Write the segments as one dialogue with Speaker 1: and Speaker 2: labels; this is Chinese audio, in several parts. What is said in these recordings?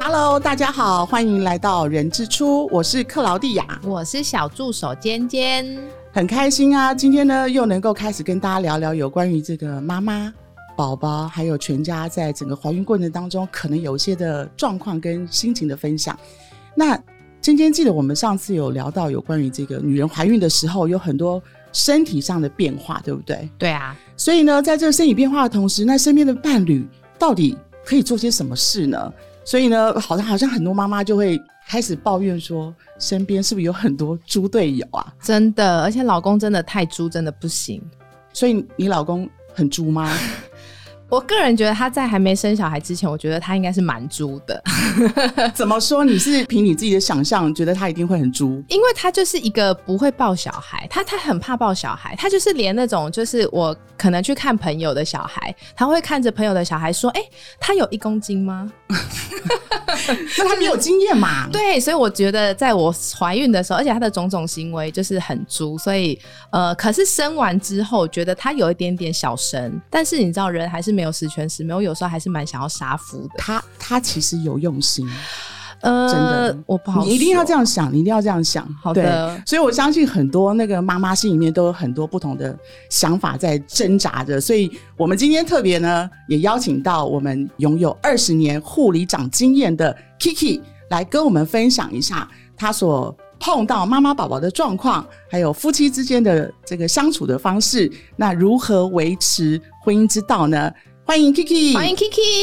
Speaker 1: Hello，大家好，欢迎来到人之初，我是克劳蒂亚，
Speaker 2: 我是小助手尖尖。
Speaker 1: 很开心啊！今天呢，又能够开始跟大家聊聊有关于这个妈妈、宝宝还有全家在整个怀孕过程当中可能有一些的状况跟心情的分享。那尖尖记得我们上次有聊到有关于这个女人怀孕的时候有很多身体上的变化，对不对？
Speaker 2: 对啊，
Speaker 1: 所以呢，在这个身体变化的同时，那身边的伴侣到底可以做些什么事呢？所以呢，好像好像很多妈妈就会开始抱怨说，身边是不是有很多猪队友啊？
Speaker 2: 真的，而且老公真的太猪，真的不行。
Speaker 1: 所以你老公很猪吗？
Speaker 2: 我个人觉得他在还没生小孩之前，我觉得他应该是蛮猪的，
Speaker 1: 怎么说？你是凭你自己的想象，觉得他一定会很猪？
Speaker 2: 因为他就是一个不会抱小孩，他他很怕抱小孩，他就是连那种就是我可能去看朋友的小孩，他会看着朋友的小孩说：“哎、他有一公斤吗
Speaker 1: 那他没有经验嘛？”？
Speaker 2: 对，所以我觉得在我怀孕的时候，而且他的种种行为就是很猪，所以呃，可是生完之后觉得他有一点点小生，但是你知道人还是没有十全十美，我有时候还是蛮想要杀夫的。
Speaker 1: 他他其实有用心，
Speaker 2: 呃，
Speaker 1: 真的
Speaker 2: 我不好，
Speaker 1: 你一定要这。样想，你一定要这样想。
Speaker 2: 好的
Speaker 1: 对所以我相信很多那个妈妈心里面都有很多不同的想法在挣扎着。所以我们今天特别呢，也邀请到我们拥有二十年护理长经验的 Kiki 来跟我们分享一下她所碰到妈妈宝宝的状况，还有夫妻之间的这个相处的方式，那如何维持婚姻之道呢？欢迎 Kiki，
Speaker 2: 欢迎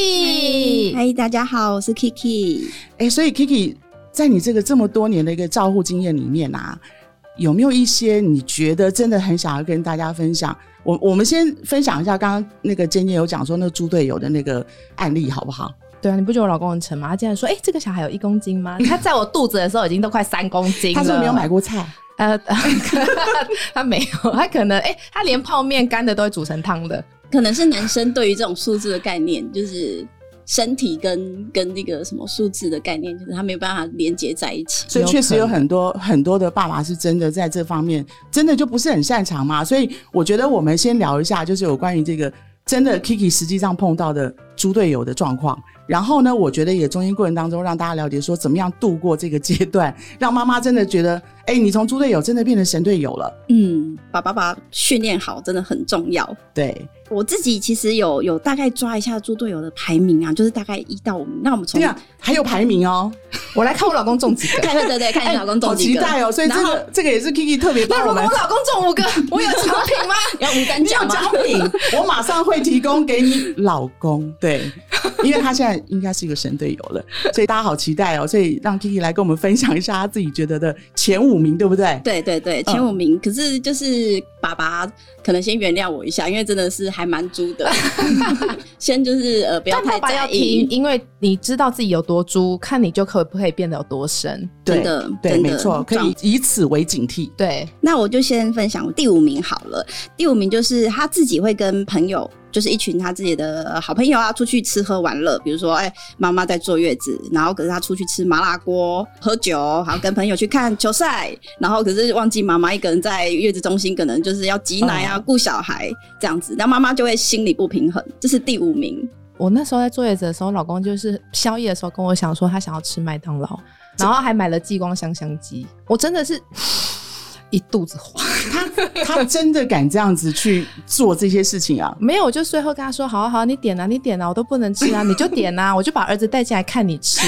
Speaker 2: Kiki，
Speaker 3: 嗨，大家好，我是 Kiki。
Speaker 1: 哎、所以 Kiki，在你这个这么多年的一个照护经验里面啊，有没有一些你觉得真的很想要跟大家分享？我我们先分享一下刚刚那个尖尖有讲说那个猪队友的那个案例，好不好？
Speaker 2: 对啊，你不觉得我老公很沉吗？他竟然说，哎、这个小孩有一公斤吗？他在我肚子的时候已经都快三公斤了。
Speaker 1: 他是不是没有买过菜？
Speaker 2: 呃， 他没有，他可能，哎、他连泡面干的都会煮成汤的。
Speaker 3: 可能是男生对于这种数字的概念，就是身体跟跟那个什么数字的概念，就是他没有办法连接在一起。
Speaker 1: 所以确实有很多很多的爸爸是真的在这方面真的就不是很擅长嘛。所以我觉得我们先聊一下，就是有关于这个真的 Kiki 实际上碰到的猪队友的状况。然后呢，我觉得也中间过程当中让大家了解说怎么样度过这个阶段，让妈妈真的觉得，哎、你从猪队友真的变成神队友了。
Speaker 3: 嗯，把爸爸训练好真的很重要。
Speaker 1: 对，
Speaker 3: 我自己其实有有大概抓一下猪队友的排名啊，就是大概一到五。那我们从
Speaker 1: 对啊，还有排名哦，
Speaker 2: 我来看我老公中几个。
Speaker 3: 对对对，看你老公
Speaker 1: 好
Speaker 3: 中
Speaker 1: 期
Speaker 3: 几个，
Speaker 1: 待哦。所以这
Speaker 3: 然后
Speaker 1: 个这个也是 Kiki 特别
Speaker 2: 那
Speaker 1: 帮
Speaker 2: 如
Speaker 1: 我
Speaker 2: 果
Speaker 1: 们
Speaker 2: 我。老公中五个，我有奖品吗？
Speaker 3: 要无感
Speaker 1: 你有
Speaker 3: 讲啊
Speaker 1: 奖
Speaker 3: 吗？
Speaker 1: 品，啊我马上会提供给你老 公。对，因为他现在应该是一个神队友了，所以大家好期待哦。所以让 Kiki 来跟我们分享一下他自己觉得的前五名，对不对？
Speaker 3: 对对对，前五名。可是就是爸爸可能先原谅我一下，因为真的是还蛮猪 的。先就是呃，不要
Speaker 2: 但爸
Speaker 3: 太
Speaker 2: 爸要
Speaker 3: 在
Speaker 2: 听，
Speaker 3: 意，
Speaker 2: 因为你知道自己有多猪，看你就可不可以变得有多深。
Speaker 1: 对
Speaker 3: 真的
Speaker 1: 对，
Speaker 3: 真的
Speaker 1: 没错，可以以此为警惕。
Speaker 2: 对，
Speaker 3: 那我就先分享第五名好了。第五名就是他自己会跟朋友，就是一群他自己的好朋友啊，出去吃喝玩乐。比如说，哎、妈妈在坐月子，然后可是他出去吃麻辣锅、喝酒，还有跟朋友去看球赛，然后可是忘记妈妈一个人在月子中心，可能就是要挤奶
Speaker 1: 哦
Speaker 3: 啊、顾小孩这样子，那妈妈就会心理不平衡。这是第五名。
Speaker 2: 我那时候在坐月子的时候，老公就是宵夜的时候跟我想说他想要吃麦当劳，然后还买了激光香香鸡，我真的是 一肚子火。
Speaker 1: 他真的敢这样子去做这些事情啊？
Speaker 2: 没有，我就最后跟他说：“好啊好啊，你点啊，你点啊，我都不能吃啊，你就点啊，我就把儿子带进来看你吃。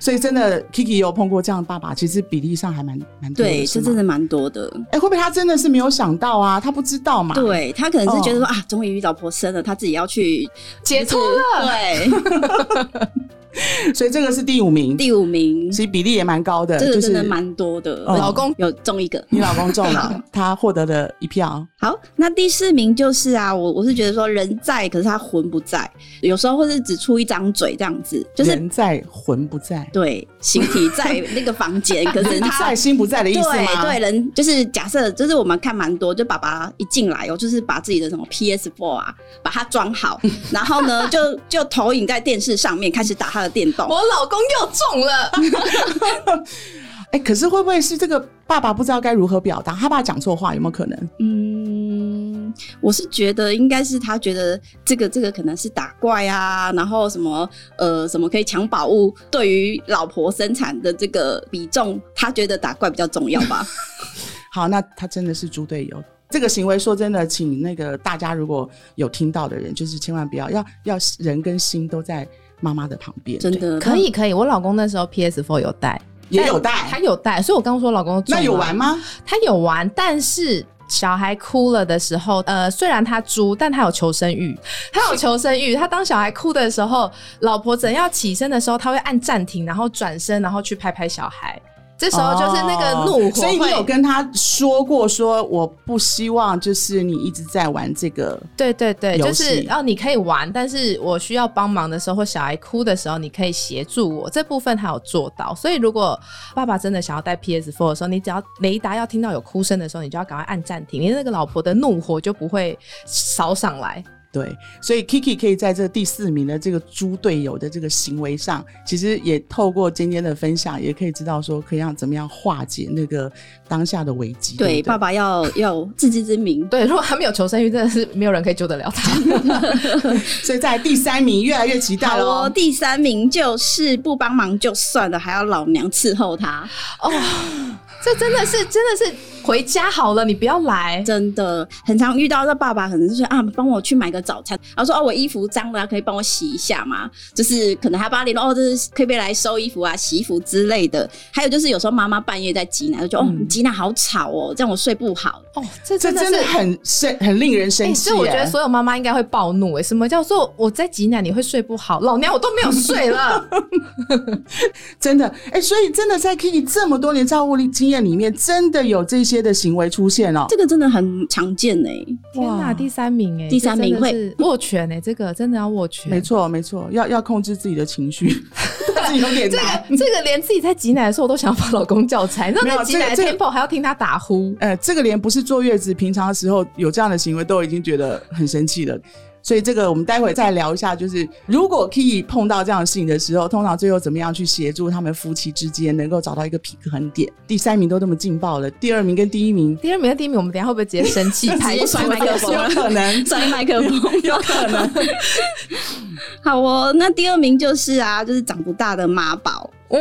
Speaker 1: 所以真的 Kiki 有碰过这样的爸爸，其实比例上还蛮蛮多的
Speaker 3: 对，
Speaker 1: 嗯是
Speaker 3: 这
Speaker 1: 吗
Speaker 3: 真的蛮多的。
Speaker 1: 哎、会不会他真的是没有想到啊？他不知道嘛？。
Speaker 3: 对他可能是觉
Speaker 1: 哦
Speaker 3: 得说、啊，终于老婆生了，他自己 要去
Speaker 2: 解脱
Speaker 3: 了。对，
Speaker 1: 所以这个是第五名，
Speaker 3: 第五名。
Speaker 1: 其实比例也蛮高的，
Speaker 3: 这
Speaker 1: 就
Speaker 3: 个真
Speaker 1: 是
Speaker 3: 的蛮多的。
Speaker 1: 嗯
Speaker 2: 老公
Speaker 3: 有中一个。
Speaker 1: 你老公中
Speaker 2: 嗯
Speaker 1: 了，他获得了一票。
Speaker 3: 好，那第四名就是啊，我我是觉得说人在，可是他魂不在，有时候会是只出一张嘴这样子，就是
Speaker 1: 人在魂不在，
Speaker 3: 对形体在那个房 间，可是
Speaker 1: 人
Speaker 3: 他
Speaker 1: 在。心不在的意
Speaker 3: 对
Speaker 1: 思吗？
Speaker 3: 对，人就是假设，就是我们看蛮多，就爸爸一进来哦，就是把自己的什么 PS Four 啊，把它装好，然后呢，就就投影在电视上面，开始打他的电动。
Speaker 2: 我老公又中了，
Speaker 1: 哎、
Speaker 2: 嗯
Speaker 1: 可是会不会是这个爸爸不知道该如何表达？他爸讲错话有没有可能？
Speaker 3: 嗯，嗯，我是觉得应该是他觉得这个这个可能是打怪啊，然后什么呃什么可以抢宝物，对于老婆生产的这个比重，他觉得打怪比较重要 吧。
Speaker 1: 好，那他真的是猪队友。这个行为说真的，请那个大家如果有听到的人，就是千万不要要要人跟心都在妈妈的旁边，
Speaker 3: 真的
Speaker 2: 可以可以，我老公那时候 PS Four 有带，
Speaker 1: 也有
Speaker 2: 他
Speaker 1: 带。
Speaker 2: 有带，所以我刚刚说我老公中
Speaker 1: 那有玩吗？
Speaker 2: 他有玩，但是小孩哭了的时候，呃，虽然他猪，但他有求生欲，他有求生欲。他当小孩哭的时候，老婆怎要起身的时候，他会按暂停，然后转身，然后去拍拍小孩。这时候就是那个怒
Speaker 1: 哦
Speaker 2: 火
Speaker 1: 所以你有
Speaker 2: 会，
Speaker 1: 跟他说过，说我不希望就是你一直在玩这个，
Speaker 2: 对对对，就
Speaker 1: 游
Speaker 2: 是
Speaker 1: 戏
Speaker 2: 哦，你可以玩，但是我需要帮忙的时候，或小孩哭的时候，你可以协助我。这部分他有做到，所以如果爸爸真的想要带 PS Four 的时候，你只要雷达要听到有哭声的时候，你就要赶快按暂停，你那个老婆的怒火就不会烧上来。
Speaker 1: 对，所以 Kiki 可以在这第四名的这个猪队友的这个行为上，其实也透过今天的分享，也可以知道说可以让怎么样化解那个当下的危机。对，
Speaker 3: 对爸
Speaker 1: 不对，
Speaker 3: 爸要要有自知之明。
Speaker 2: 对，如果他没有求生欲，真的是没有人可以救得了他。
Speaker 1: 所以在第三名越来越期
Speaker 2: 啊
Speaker 1: 待
Speaker 3: 好哦，
Speaker 1: 喽。
Speaker 3: 第三名就是不帮忙就算了，还要老娘伺候他，
Speaker 2: 哦，这真的是真的是回家好了，你不要来。
Speaker 3: 真的很常遇到。这爸爸可能就是啊，帮我去买个早餐，然后说哦，我衣服脏了，可以帮我洗一下吗？就是可能还帮你哦，这是可不可以来收衣服啊、洗衣服之类的。还有就是有时候妈妈半夜在挤奶，就觉得、哦，
Speaker 1: 嗯
Speaker 3: 你挤奶好吵哦，这样我睡不好。
Speaker 2: 哦，这
Speaker 1: 这
Speaker 2: 真的
Speaker 1: 真
Speaker 2: 是
Speaker 1: 的。很生，很令人生
Speaker 2: 哎，
Speaker 1: 气、
Speaker 2: 所以我觉得所有妈妈应该会暴怒哎、什么叫做我在挤奶你会睡不好？老娘我都没有睡了，
Speaker 1: 真的，哎、所以真的在 Kiki 这么多年照顾力经验里面，真的有这些的行为出现哦。
Speaker 3: 这个真的很常见欸呢、
Speaker 2: 天哪！第三名哎、
Speaker 3: 第三名
Speaker 2: 这真的是握拳哎、这个真的要握拳，
Speaker 1: 没。错，没错，要要控制自己的情 绪，但是有点
Speaker 2: 这
Speaker 1: 难。
Speaker 2: 个这个连自己在挤奶的时候，我都想把老公叫起来，然后
Speaker 1: 没有
Speaker 2: 在挤奶
Speaker 1: 这
Speaker 2: 的
Speaker 1: 个这
Speaker 2: tempo 还要听他打呼。
Speaker 1: 呃，这个连不是坐月子，平常的时候有这样的行为，都已经觉得很生气了。所以这个我们待会再聊一下，就是如果 Key 碰到这样的事情的时候，通常最后怎么样去协助他们夫妻之间能够找到一个平衡点？第三名都这么劲爆了，第二名跟第一名
Speaker 2: 第二名跟第一名，我们等一下会不会直接生气拍
Speaker 3: 接摔
Speaker 2: 桌
Speaker 3: 麦克风，
Speaker 1: 有可能
Speaker 3: 摔麦克风，
Speaker 1: 有可能。
Speaker 3: 好哦，那第二名就是啊，就是长不大的妈宝。
Speaker 2: 哇，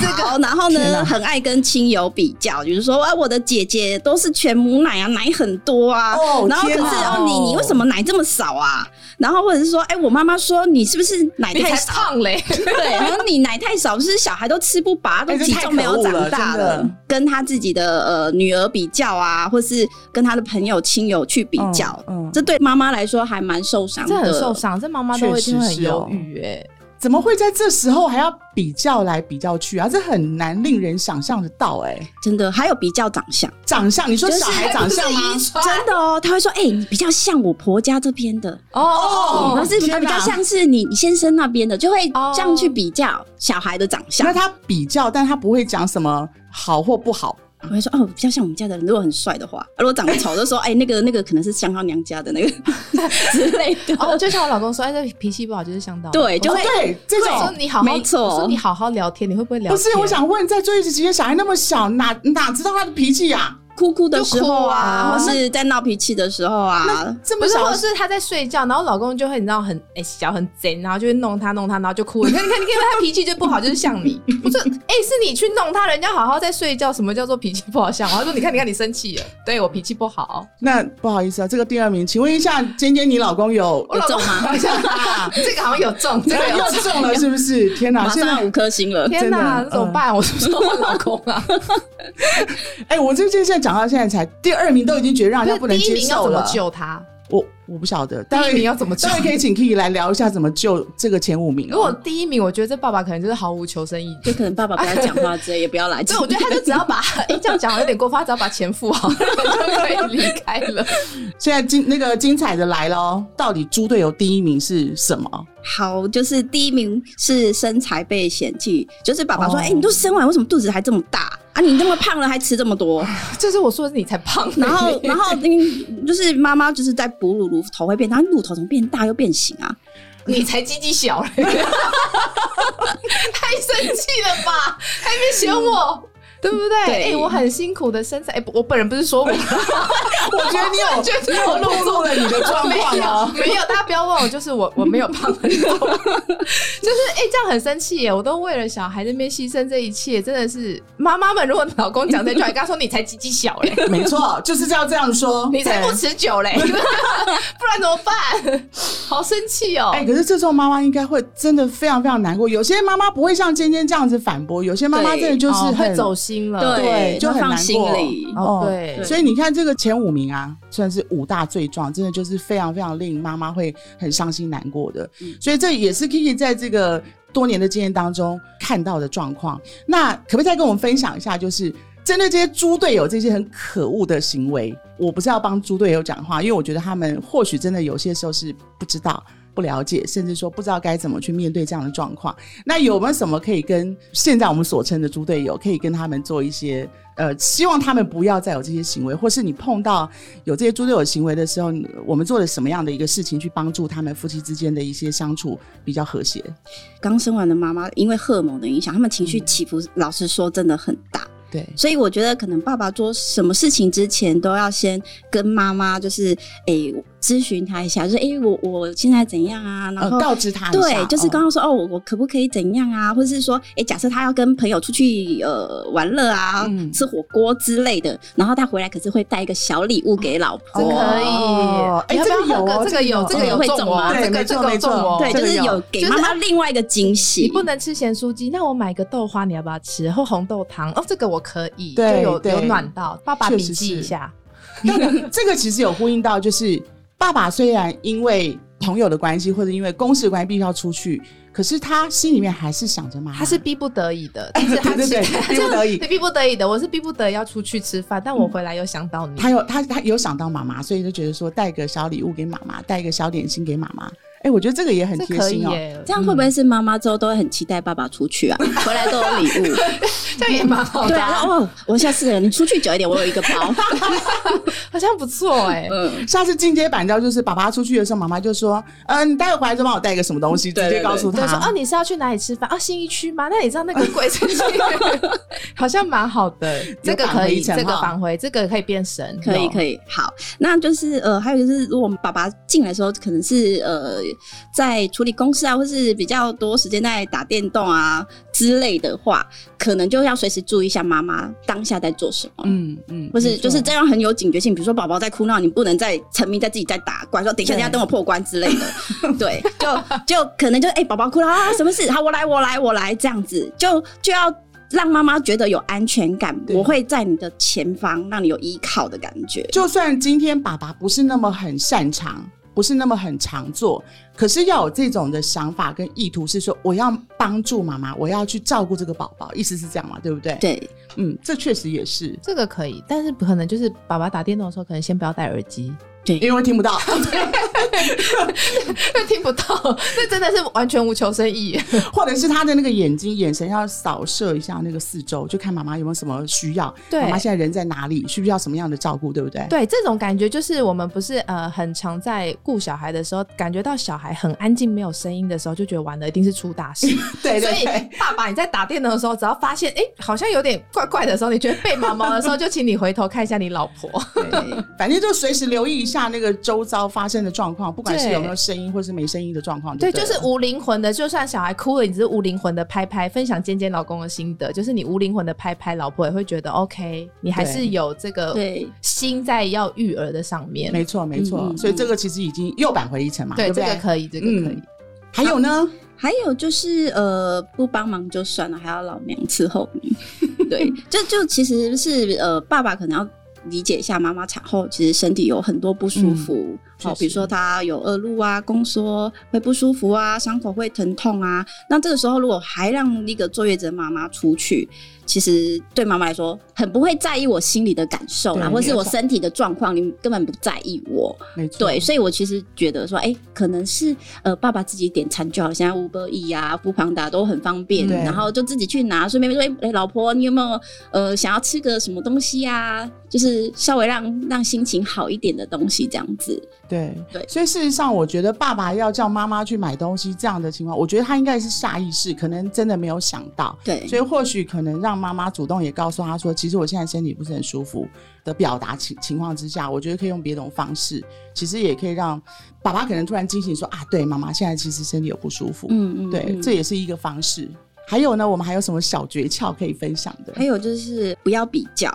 Speaker 3: 这个，然后
Speaker 1: 啊天哪
Speaker 3: 呢，很爱跟亲友比较，比如说啊，我的姐姐都是全母奶啊，奶很多啊，
Speaker 1: 哦
Speaker 3: 然后可
Speaker 1: 天
Speaker 3: 是
Speaker 1: 哪
Speaker 3: 哦，你你为什么奶这么少啊？然后或者是说，哎、我妈妈说你是不是奶
Speaker 2: 你
Speaker 3: 太
Speaker 2: 才
Speaker 3: 少？
Speaker 2: 胖嘞！
Speaker 3: 对，然后你奶太少，是不是小孩都吃不饱，都
Speaker 1: 哎这
Speaker 3: 体
Speaker 1: 太
Speaker 3: 重没
Speaker 1: 可
Speaker 3: 有
Speaker 1: 恶
Speaker 3: 长
Speaker 1: 了
Speaker 3: 大
Speaker 1: 真的
Speaker 3: 跟他自己的呃女儿比较啊，或是跟他的朋友亲友去比较，
Speaker 1: 嗯嗯
Speaker 3: 这对妈妈来说还蛮受伤的，
Speaker 2: 这很受。伤，这妈妈都会一定会很忧郁哎。
Speaker 1: 怎么会在这时候还要比较来比较去啊？这很难令人想象得到哎、
Speaker 3: 真的，还有比较长相。
Speaker 1: 长相，你说小孩长相吗？
Speaker 3: 真的哦，他会说：“哎、你比较像我婆家这边的，
Speaker 2: 哦，
Speaker 3: 或
Speaker 1: 哦
Speaker 3: 是比
Speaker 1: 天哪
Speaker 3: 较像是你你先生那边的，就会
Speaker 2: 哦
Speaker 3: 这样去比较小孩的长相
Speaker 1: 那。他比较，但他不会讲什么好或不好。
Speaker 3: 我会说：“哦，比较像我们家的人，如果很帅的话，如果长得丑，就说：哎、那个那个可能是香到娘家的那个之类的。
Speaker 2: 哦，就像我老公说，哎，这脾气不好就是想到
Speaker 3: 对就
Speaker 2: 我
Speaker 3: 会
Speaker 2: 说
Speaker 1: 哦对，这
Speaker 2: 我说
Speaker 1: 种
Speaker 2: 你好好，
Speaker 3: 没错
Speaker 2: 我说你好好聊天，你会不会
Speaker 1: 不
Speaker 2: 聊天？
Speaker 1: 是我想问，在坐月子期间，小孩那么小，哪哪知道他的脾气呀、
Speaker 3: 哭哭的时
Speaker 2: 就
Speaker 3: 候啊，
Speaker 2: 哭啊
Speaker 3: 或是在闹脾气的时候啊，
Speaker 1: 这
Speaker 2: 不
Speaker 1: 么
Speaker 2: 是，
Speaker 1: 小
Speaker 2: 或
Speaker 1: 的
Speaker 2: 者
Speaker 1: 时
Speaker 2: 是他在睡觉，然后老公就会你知道很哎、小很贼，然后就会弄他弄他，然后就哭了。你看你看你看他脾气就不好，就是像你。我说哎、是你去弄他，人家好好在睡觉，什么叫做脾气不好像我？他说你看你看你生气了，对我脾气不好。
Speaker 1: 候，那不好意思啊，这个第二名，请问一下，尖尖，你老公有
Speaker 2: 我老公
Speaker 3: 有中吗
Speaker 2: 好像 这个好像有中，这个有
Speaker 1: 又中了是不是？天哪，
Speaker 3: 马
Speaker 1: 现
Speaker 3: 上要
Speaker 1: 在
Speaker 3: 五颗星了。
Speaker 2: 天哪，
Speaker 1: 真的
Speaker 2: 怎么办？我是不是换老公啊？
Speaker 1: 哎、我这这现在讲到现在才第二名，都已经觉得让人家不能
Speaker 2: 哎第一
Speaker 1: 接
Speaker 2: 名要
Speaker 1: 受
Speaker 2: 怎么
Speaker 1: 了。
Speaker 2: 救他？
Speaker 1: 我我不晓得，
Speaker 2: 第
Speaker 1: 待
Speaker 2: 一名
Speaker 1: 会
Speaker 2: 要怎么救
Speaker 1: 待？会可以请 Kiki 来聊一下怎么救这个前五名、
Speaker 2: 如果
Speaker 1: 哦。
Speaker 2: 第一名，我觉得这爸爸可能就是毫无求生意
Speaker 3: 就
Speaker 2: 志。
Speaker 3: 可能爸爸不要讲话之类，也不要 来。
Speaker 2: 所以我觉得他就只要把，哎、这样讲有点过分，他只要把钱付好， 然后就可以离开了。
Speaker 1: 现在精那个精彩的来了哦，到底猪队友第一名是什 么？
Speaker 3: 好，就是第一名是身材被嫌弃，就是爸爸说：“
Speaker 1: 哦
Speaker 3: 哎、你都生完，为什么肚子还这么大啊？你那么胖了还吃这 么多？”
Speaker 2: 就是我说你才胖，
Speaker 3: 然后，然后嗯，就是妈妈就是在哺乳，乳头会变大，乳头怎么变大又变形啊？
Speaker 2: 你才鸡鸡小 嘞，太生气了吧？还没嫌我。对不对？哎、
Speaker 3: 对
Speaker 2: 我很辛苦的身材，哎、不我本人不是说我，
Speaker 1: 我觉得你 有，
Speaker 2: 觉得
Speaker 1: 你有
Speaker 2: 我
Speaker 1: 露出了你的状
Speaker 2: 没
Speaker 1: 况
Speaker 2: 有
Speaker 1: 哦。
Speaker 2: 没有，大家不要问我，就是我我没有胖很多，就是哎、这样很生气耶！我都为了小孩这边牺牲这一切，真的是妈妈们，如果老公讲这句话，你跟他说你才鸡鸡 小嘞，
Speaker 1: 没错，就是要这样说。
Speaker 2: 你才不
Speaker 1: 对
Speaker 2: 持久 嘞，不然怎么办？好生气哦！
Speaker 1: 哎、可是这时候妈妈应该会真的非常非常难过。有些妈妈不会像尖尖这样子反驳，有些妈妈
Speaker 3: 对
Speaker 1: 真的就是
Speaker 2: 哦
Speaker 1: 很、
Speaker 2: 会走心了，
Speaker 3: 对
Speaker 1: 就很
Speaker 3: 放
Speaker 1: 难
Speaker 3: 心
Speaker 1: 过
Speaker 3: 里
Speaker 2: 哦对
Speaker 1: 所以你看这个前五名啊，算是五大罪状，真的就是非常非常令妈妈会很伤心难过的。
Speaker 3: 嗯
Speaker 1: 所以这也是 Kiki 在这个多年的经验当中看到的状况。那可不可以再跟我们分享一下，就是？针对这些猪队友这些很可恶的行为，我不是要帮猪队友讲话，因为我觉得他们或许真的有些时候是不知道、不了解，甚至说不知道该怎么去面对这样的状况。那有没有什么可以跟现在我们所称的猪队友，可以跟他们做一些呃，希望他们不要再有这些行为，或是你碰到有这些猪队友行为的时候，你我们做了什么样的一个事情去帮助他们夫妻之间的一些相处比较和谐？
Speaker 3: 刚生完的妈妈，因为荷尔蒙的影响，他们情绪起伏，老实说真的很大。
Speaker 1: 对，
Speaker 3: 所以我觉得，可能爸爸做什么事情之前，都要先跟妈妈，就是诶咨询他一下，就是诶我我现在怎样啊？然
Speaker 1: 呃
Speaker 3: 后，
Speaker 1: 告知他一下
Speaker 3: 对，就是刚
Speaker 1: 哦
Speaker 3: 刚说哦，我我可不可以怎样啊？或者是说，哎、假设他要跟朋友出去呃玩乐啊，
Speaker 1: 嗯
Speaker 3: 吃火锅之类的，然后他回来可是会带一个小礼物给老
Speaker 2: 真可
Speaker 3: 婆，
Speaker 2: 以
Speaker 1: 哦，哎
Speaker 2: 你要不要
Speaker 1: 这个有哦
Speaker 2: 喝这个有，
Speaker 1: 这
Speaker 2: 这
Speaker 1: 个
Speaker 2: 个
Speaker 3: 有
Speaker 2: 有
Speaker 3: 会中
Speaker 2: 中哦，
Speaker 1: 对没
Speaker 2: 这个
Speaker 1: 错
Speaker 2: 这个
Speaker 1: 没
Speaker 2: 有
Speaker 1: 错
Speaker 2: 中哦，
Speaker 3: 对，
Speaker 1: 这
Speaker 3: 就
Speaker 1: 个
Speaker 3: 是
Speaker 1: 有
Speaker 3: 有给
Speaker 2: 就是
Speaker 3: 妈妈另外一个惊喜。
Speaker 2: 你不能吃咸酥鸡，那我买个豆花，你要不要吃？或红豆汤？哦，这个我可以，就
Speaker 1: 对
Speaker 2: 有
Speaker 1: 对
Speaker 2: 有暖到。爸爸
Speaker 1: 确
Speaker 2: 笔
Speaker 1: 实
Speaker 2: 记一
Speaker 1: 是
Speaker 2: 下，
Speaker 1: 这个其实有呼应到，就是爸爸虽然因为朋友的关系或者因为公事的关系必须要出去，可是他心里面还是想着妈妈，
Speaker 2: 他是逼不得 已的，但是他
Speaker 1: 对
Speaker 2: 是
Speaker 1: 对对逼不得已
Speaker 2: 对逼不得已的，我是逼不得已要出去吃饭，但我回来又想到你
Speaker 1: 嗯他。有他他有想到妈妈，所以就觉得说带个小礼物给妈妈，带一个小点心给妈妈。哎、我觉得这个也很
Speaker 2: 这
Speaker 1: 贴
Speaker 2: 可以
Speaker 1: 心哦、
Speaker 2: 耶，
Speaker 3: 这样会不会是妈妈之后都会很期待爸爸出去啊？回来都有礼物，
Speaker 2: 这样也蛮好
Speaker 3: 对
Speaker 2: 的
Speaker 3: 啊，
Speaker 2: 啊，
Speaker 3: 哦，我下次你出去久一点，我有一个包，
Speaker 2: 好像不错哎。
Speaker 3: 嗯，
Speaker 1: 下次进阶版教就是爸爸出去的时候，妈妈就说：“嗯、你待会回来就帮我带一个什么东西，直
Speaker 3: 对对
Speaker 1: 接告诉
Speaker 2: 对，说
Speaker 1: 他。
Speaker 2: 哦，你是要去哪里吃饭？哦，新一区吗？那你知道那 个贵是好像蛮好 的，这个可以，
Speaker 1: 返回一层
Speaker 2: 这个
Speaker 1: 哈
Speaker 2: 返回，这个可以变神，
Speaker 3: 可以可
Speaker 2: 以。
Speaker 3: 以，好，那就是呃，还有就是，如果我们爸爸进来的时候，可能是呃，在处理公事啊，或是比较多时间在打电动啊之类的话，可能就要随时注意一下妈妈当下在做什么。
Speaker 1: 嗯嗯，
Speaker 3: 不是，
Speaker 1: 没错
Speaker 3: 就是这样很有警觉性。比如说宝宝在哭闹，你不能再沉迷在自己在打怪，说等一下
Speaker 1: 对
Speaker 3: 等一下等我破关之类 的。对，就就可能就哎宝宝哭了啊，什么事？好，我来我来我来这样子，就就要让妈妈觉得有安全感，
Speaker 1: 对
Speaker 3: 我会在你的前方，让你有依靠的感觉。
Speaker 1: 就算今天爸爸不是那么很擅长，不是那么很常做，可是要有这种的想法跟意图，是说我要帮助妈妈，我要去照顾这个宝宝，意思是这样嘛？对不对？，
Speaker 3: 对，
Speaker 1: 嗯，这确实也是，
Speaker 2: 这个可以，但是可能就是爸爸打电动的时候，可能先不要戴耳机，
Speaker 1: 因为听不到。
Speaker 2: 那听不到， 那真的是完全无求生意。
Speaker 1: 或者是他的那个眼睛眼神要扫射一下那个四周，就看妈妈有没有什么需要，
Speaker 2: 对
Speaker 1: 妈妈现在人在哪里，需不需要什么样的照顾，对不对？
Speaker 2: 对，这种感觉就是我们不是呃很常在顾小孩的时候，感觉到小孩很安静没有声音的时候，就觉得完了一定是出大 事。
Speaker 1: 对
Speaker 2: 所
Speaker 1: 对
Speaker 2: 以
Speaker 1: 对，
Speaker 2: 爸爸你在打电动的时候，只要发现哎、诶好像有点怪怪的时候，你觉得被毛毛的时候，就请你回头看一下你老婆。
Speaker 3: 对，
Speaker 1: 反正就随时留意一下那个周遭发生的状况，不管是
Speaker 2: 对
Speaker 1: 有没有声音或是没声音的状况。
Speaker 2: 对，
Speaker 1: 对啊
Speaker 2: 就
Speaker 1: 了，
Speaker 2: 是无灵魂的，就算小孩哭了，你只是无灵魂的拍拍，分享尖尖老公的心得，就是你无灵魂的拍拍，老婆也会觉得 OK，你还
Speaker 1: 对
Speaker 2: 是有这个
Speaker 3: 对
Speaker 2: 心在要育儿的上面。
Speaker 1: 没错没错。
Speaker 3: 嗯嗯
Speaker 1: 所以这个其实已经又扳回一城嘛，
Speaker 2: 对，
Speaker 1: 不
Speaker 2: 这
Speaker 1: 对？
Speaker 2: 个可以，这个可以。
Speaker 1: 嗯还有呢，
Speaker 3: 还有就是呃，不帮忙就算了，还要老娘伺候你。 对，这就其实是呃，爸爸可能要理解一下妈妈产后其实身体有很多不舒服，
Speaker 1: 嗯确
Speaker 3: 好、比如
Speaker 1: 实
Speaker 3: 说她有恶露啊、宫缩会不舒服啊、伤口会疼痛啊。那这个时候如果还让那个坐月子的妈妈出去，其实对妈妈来说很不会在意我心里的感受啦，
Speaker 1: 对
Speaker 3: 或是
Speaker 1: 没
Speaker 3: 我
Speaker 1: 错
Speaker 3: 身体的状况，你根本不在意我。
Speaker 1: 没错，
Speaker 3: 对，所以我其实觉得说，哎、可能是呃，爸爸自己点餐就好，现在 Uber E 啊、富庞达都很方便，
Speaker 1: 对
Speaker 3: 然后就自己去拿，顺便说，哎、哎老婆，你有没有呃想要吃个什么东西啊？就是稍微让让心情好一点的东西，这样子。
Speaker 1: 对
Speaker 3: 对
Speaker 1: 所以事实上，我觉得爸爸要叫妈妈去买东西这样的情况，我觉得他应该是下意识，可能真的没有想到，
Speaker 3: 对，
Speaker 1: 所以或许可能让妈妈主动也告诉他说，其实我现在身体不是很舒服的表达情情况之下，我觉得可以用别种方式，其实也可以让爸爸可能突然惊醒说啊，对，妈妈现在其实身体有不舒服，
Speaker 3: 嗯嗯，
Speaker 1: 对，
Speaker 3: 嗯
Speaker 1: 这也是一个方式。还有呢，我们还有什么小诀窍可以分享的？
Speaker 3: 还有就是不要比较，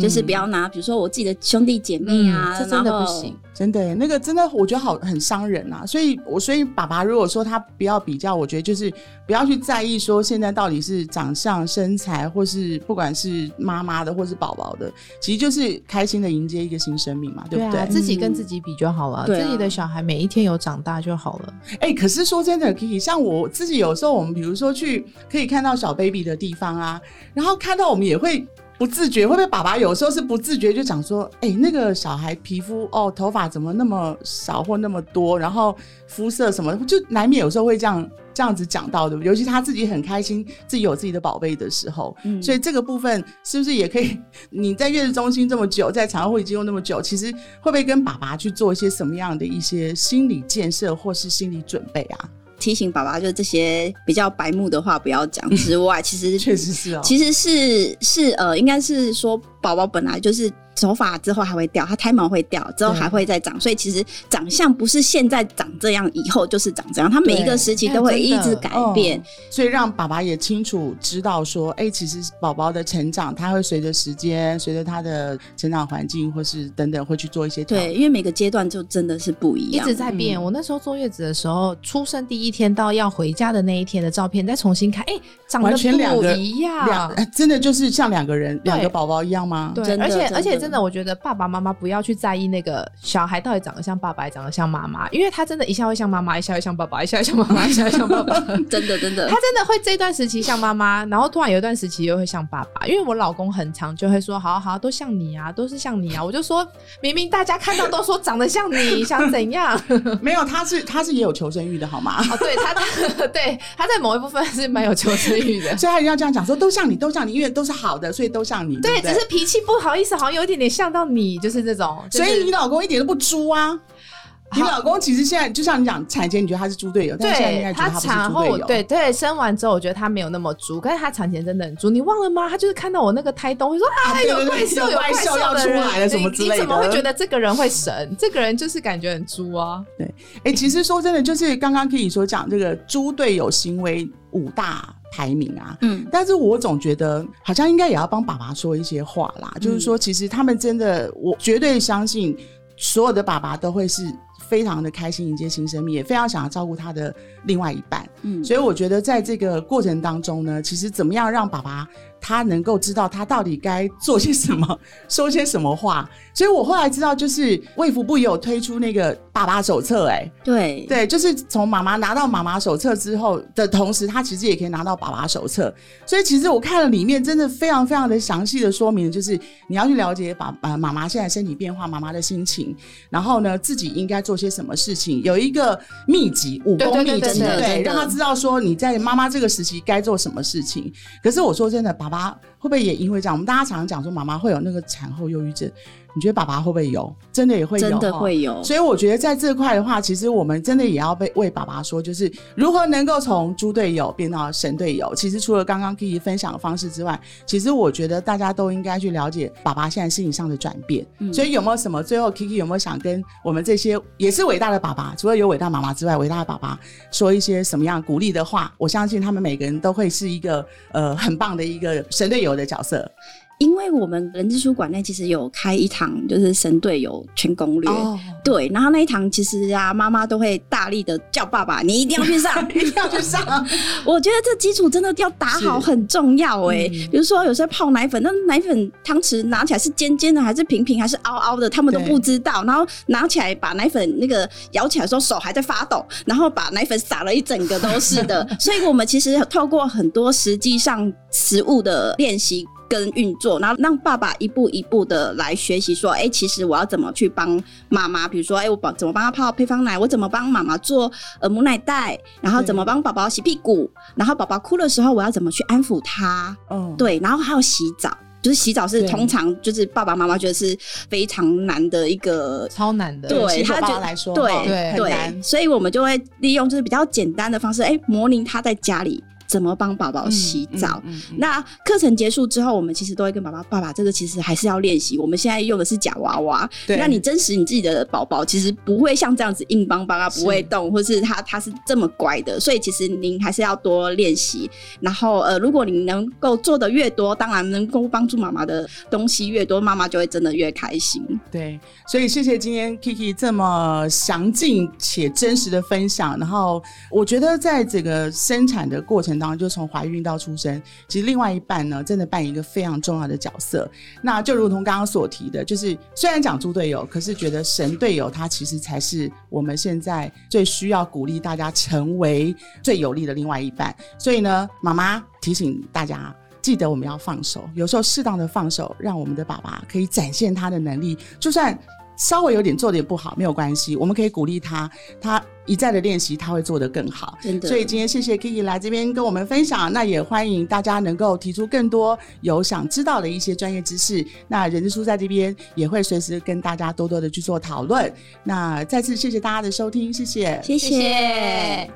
Speaker 3: 就是不要拿，比如说我自己的兄弟姐妹啊，
Speaker 2: 嗯这真的
Speaker 3: 然
Speaker 2: 不
Speaker 3: 后
Speaker 2: 行。。
Speaker 1: 嗯真的耶，那个真的，我觉得好很伤人啊。所以，我所以爸爸如果说他不要比较，我觉得就是不要去在意说现在到底是长相、身材，或是不管是妈妈的或是宝宝的，其实就是开心的迎接一个新生命嘛，对
Speaker 2: 对
Speaker 1: 不对？
Speaker 2: 啊，
Speaker 1: 哎、
Speaker 2: 自己跟自己比就好了，
Speaker 3: 对啊
Speaker 2: 自己的小孩每一天有长大就好了。
Speaker 1: 哎可是说真的，Kiki，像我自己有时候我们比如说去可以看到小 baby 的地方啊，然后看到我们也会。不自觉会不会爸爸有时候是不自觉就讲说，哎、那个小孩皮肤哦，头发怎么那么少或那么多，然后肤色什么，就难免有时候会这样这样子讲到，对不对？尤其他自己很开心，自己有自己的宝贝的时候，
Speaker 3: 嗯
Speaker 1: 所以这个部分是不是也可以？你在月子中心这么久，在产后护理机构那么久，其实会不会跟爸爸去做一些什么样的一些心理建设或是心理准备啊？
Speaker 3: 提醒爸爸，就这些比较白目的话不要讲之外，其实
Speaker 1: 确实是哦，
Speaker 3: 其实是是呃，应该是说宝宝本来就是头发之后还会掉，它胎毛会掉，之后
Speaker 1: 对
Speaker 3: 还会再长，所以其实长相不是现在长这样，以后就是长这样，它每一个时期都会
Speaker 2: 对
Speaker 3: 一
Speaker 2: 真的
Speaker 3: 直改变。
Speaker 1: 嗯所以让爸爸也清楚知道说，哎、其实宝宝的成长，他会随着时间，随着他的成长环境或是等等，会去做一些调整
Speaker 3: 对，因为每个阶段就真的是不一
Speaker 2: 一
Speaker 3: 样。
Speaker 2: 直在变。我那时候坐月子的时候，出生第一天到要回家的那一天的照片，再重新看，哎、长得
Speaker 1: 完全两
Speaker 2: 不
Speaker 1: 个
Speaker 2: 一
Speaker 1: 两、
Speaker 2: 样。
Speaker 1: 呃真的就是像两个人
Speaker 2: 对
Speaker 1: 两个宝宝一样吗？
Speaker 2: 对
Speaker 3: 真，的
Speaker 2: 而且
Speaker 3: 真的
Speaker 2: 而且真的，我觉得爸爸妈妈不要去在意那个小孩到底长得像爸爸，还长得像妈妈，因为他真的，一下会像妈妈，一下会像爸爸，一下会像妈妈，一下会像爸 爸。
Speaker 3: 真的真的
Speaker 2: 他，真的会这段时期像妈妈，然后突然有一段时期又会像爸爸。因为我老公很常就会说：“好啊好啊，都像你啊，都是像你啊。”我就说明明大家看到都说长得像你，想怎样？
Speaker 1: 没有，他是他是也有求生欲的好吗？
Speaker 2: 哦，对他，他对他在 某一部分是蛮有求生欲的。
Speaker 1: 所以他一定要这样讲说，都像你，都像你，因为都是好的，所以都像你。对
Speaker 2: 对，
Speaker 1: 不对，
Speaker 2: 只是脾气不好意思，好像有一点点像到你，就是这种。就是
Speaker 1: 所以你老公一点都不猪啊！你老公其实现在就像你讲，产前你觉得他是猪队友，但是现在应
Speaker 2: 对
Speaker 1: 该觉得他不是
Speaker 2: 产
Speaker 1: 猪队
Speaker 2: 后，
Speaker 1: 友。
Speaker 2: 对对，生完之后我觉得他没有那么猪，可是他产前真的很猪。你忘了吗？他就是看到我那个胎动，会说啊，
Speaker 1: 对对
Speaker 2: 有
Speaker 1: 对
Speaker 2: 怪兽，
Speaker 1: 有
Speaker 2: 怪
Speaker 1: 怪兽要
Speaker 2: 的人
Speaker 1: 出来了什么之类的
Speaker 2: 你怎么会觉得这个人会神？这个人就是感觉很猪啊。
Speaker 1: 哎、其实说真的，就是刚刚可以说讲这个猪队友行为五大排名啊，
Speaker 3: 嗯，
Speaker 1: 但是我总觉得好像应该也要帮爸爸说一些话啦，
Speaker 2: 嗯
Speaker 1: 就是说，其实他们真的，我绝对相信所有的爸爸都会是非常的开心迎接新生命，也非常想要照顾他的另外一半。
Speaker 3: 嗯
Speaker 1: 所以我觉得在这个过程当中呢，其实怎么样让爸爸他能够知道他到底该做些什么， 说些什么话。所以我后来知道，就是卫福部也有推出那个爸爸手册、哎。
Speaker 3: 对
Speaker 1: 对，就是从妈妈拿到妈妈手册之后的同时，她其实也可以拿到爸爸手册。所以其实我看了里面真的非常非常的详细的说明，就是你要去了解爸爸妈妈现在身体变化，妈妈的心情，然后呢自己应该做些什么事情，有一个秘籍武
Speaker 2: 对
Speaker 1: 功
Speaker 2: 对
Speaker 1: 秘
Speaker 2: 对
Speaker 1: 籍，
Speaker 2: 对对
Speaker 3: 真的
Speaker 1: 让她知道说你在妈妈这个时期该做什么事情。可是我说真的，爸爸会不会也因为这样？我们大家常常讲说妈妈会有那个产后忧郁症，你觉得爸爸会不会有？真的也会有，
Speaker 3: 真的
Speaker 1: 哦
Speaker 3: 会有。
Speaker 1: 所以我觉得在这块的话，其实我们真的也要被为爸爸说，就是如何能够从猪队友变到神队友。其实除了刚刚 Kiki 分享的方式之外，其实我觉得大家都应该去了解爸爸现在心理上的转变。所以有没有什么最后 Kiki 有没有想跟我们这些也是伟大的爸爸，除了有伟大妈妈之外，伟大的爸爸说一些什么样鼓励的话？我相信他们每个人都会是一个呃很棒的一个神队友的角色。
Speaker 3: 因为我们人资书馆内其实有开一堂就是神队友全攻略，
Speaker 2: 哦
Speaker 3: 对，然后那一堂其实啊，妈妈都会大力的叫爸爸，你一定要去上，
Speaker 1: 一定要去上，
Speaker 3: 我觉得这基础真的要打好，
Speaker 1: 是
Speaker 3: 很重要哎、比如说，有时候泡奶粉，那奶粉汤匙拿起来是尖尖的，还是平平，还是凹凹的，他们都
Speaker 1: 对
Speaker 3: 不知道。然后拿起来把奶粉那个舀起来的时候，手还在发抖，然后把奶粉撒了一整个都是的。所以我们其实透过很多实际上食物的练习。跟运作，然后让爸爸一步一步的来学习，说，哎、其实我要怎么去帮妈妈？比如说，哎、我帮怎么帮她泡配方奶？我怎么帮妈妈做呃母奶袋？然后怎么帮宝宝洗屁股？然后宝宝哭的时候，我要怎么去安抚他？
Speaker 1: 嗯，
Speaker 3: 对，然后还有洗澡。就是洗澡是
Speaker 1: 对
Speaker 3: 通常就是爸爸妈妈觉得是非常难的一个
Speaker 2: 超难的。
Speaker 3: 对
Speaker 1: 洗手
Speaker 3: 他
Speaker 1: 爸
Speaker 3: 就
Speaker 1: 爸来说，哦
Speaker 3: 对
Speaker 2: 对
Speaker 1: 很难
Speaker 3: 对，。所以我们就会利用就是比较简单的方式，哎、模拟他在家里怎么帮宝宝洗澡。
Speaker 1: 嗯，嗯嗯
Speaker 3: 那课程结束之后，我们其实都会跟爸爸爸爸，这个其实还是要练习。我们现在用的是假娃娃，
Speaker 1: 对
Speaker 3: 那你真实你自己的宝宝，其实不会像这样子硬邦邦啊，
Speaker 2: 是
Speaker 3: 不会动，或是他他是这么乖的，所以其实您还是要多练习。然后呃，如果你能够做的越多，当然能够帮助妈妈的东西越多，妈妈就会真的越开心。
Speaker 1: 对，所以谢谢今天 Kiki 这么详尽且真实的分享。然后我觉得在这个生产的过程当中，就从怀孕到出生，其实另外一半呢，真的扮演一个非常重要的角色。那就如同刚刚所提的，就是虽然讲猪队友，可是觉得神队友他其实才是我们现在最需要鼓励大家成为最有力的另外一半。所以呢，妈妈提醒大家，啊记得我们要放手，有时候适当的放手，让我们的爸爸可以展现他的能力，就算。稍微有点做点不好没有关系，我们可以鼓励他，他一再的练习，他会做得更好。
Speaker 3: 真的，
Speaker 1: 所以今天谢谢 Kiki 来这边跟我们分享，那也欢迎大家能够提出更多有想知道的一些专业知识。那人之初在这边也会随时跟大家多多的去做讨论。那再次谢谢大家的收听，谢谢。
Speaker 3: 谢谢。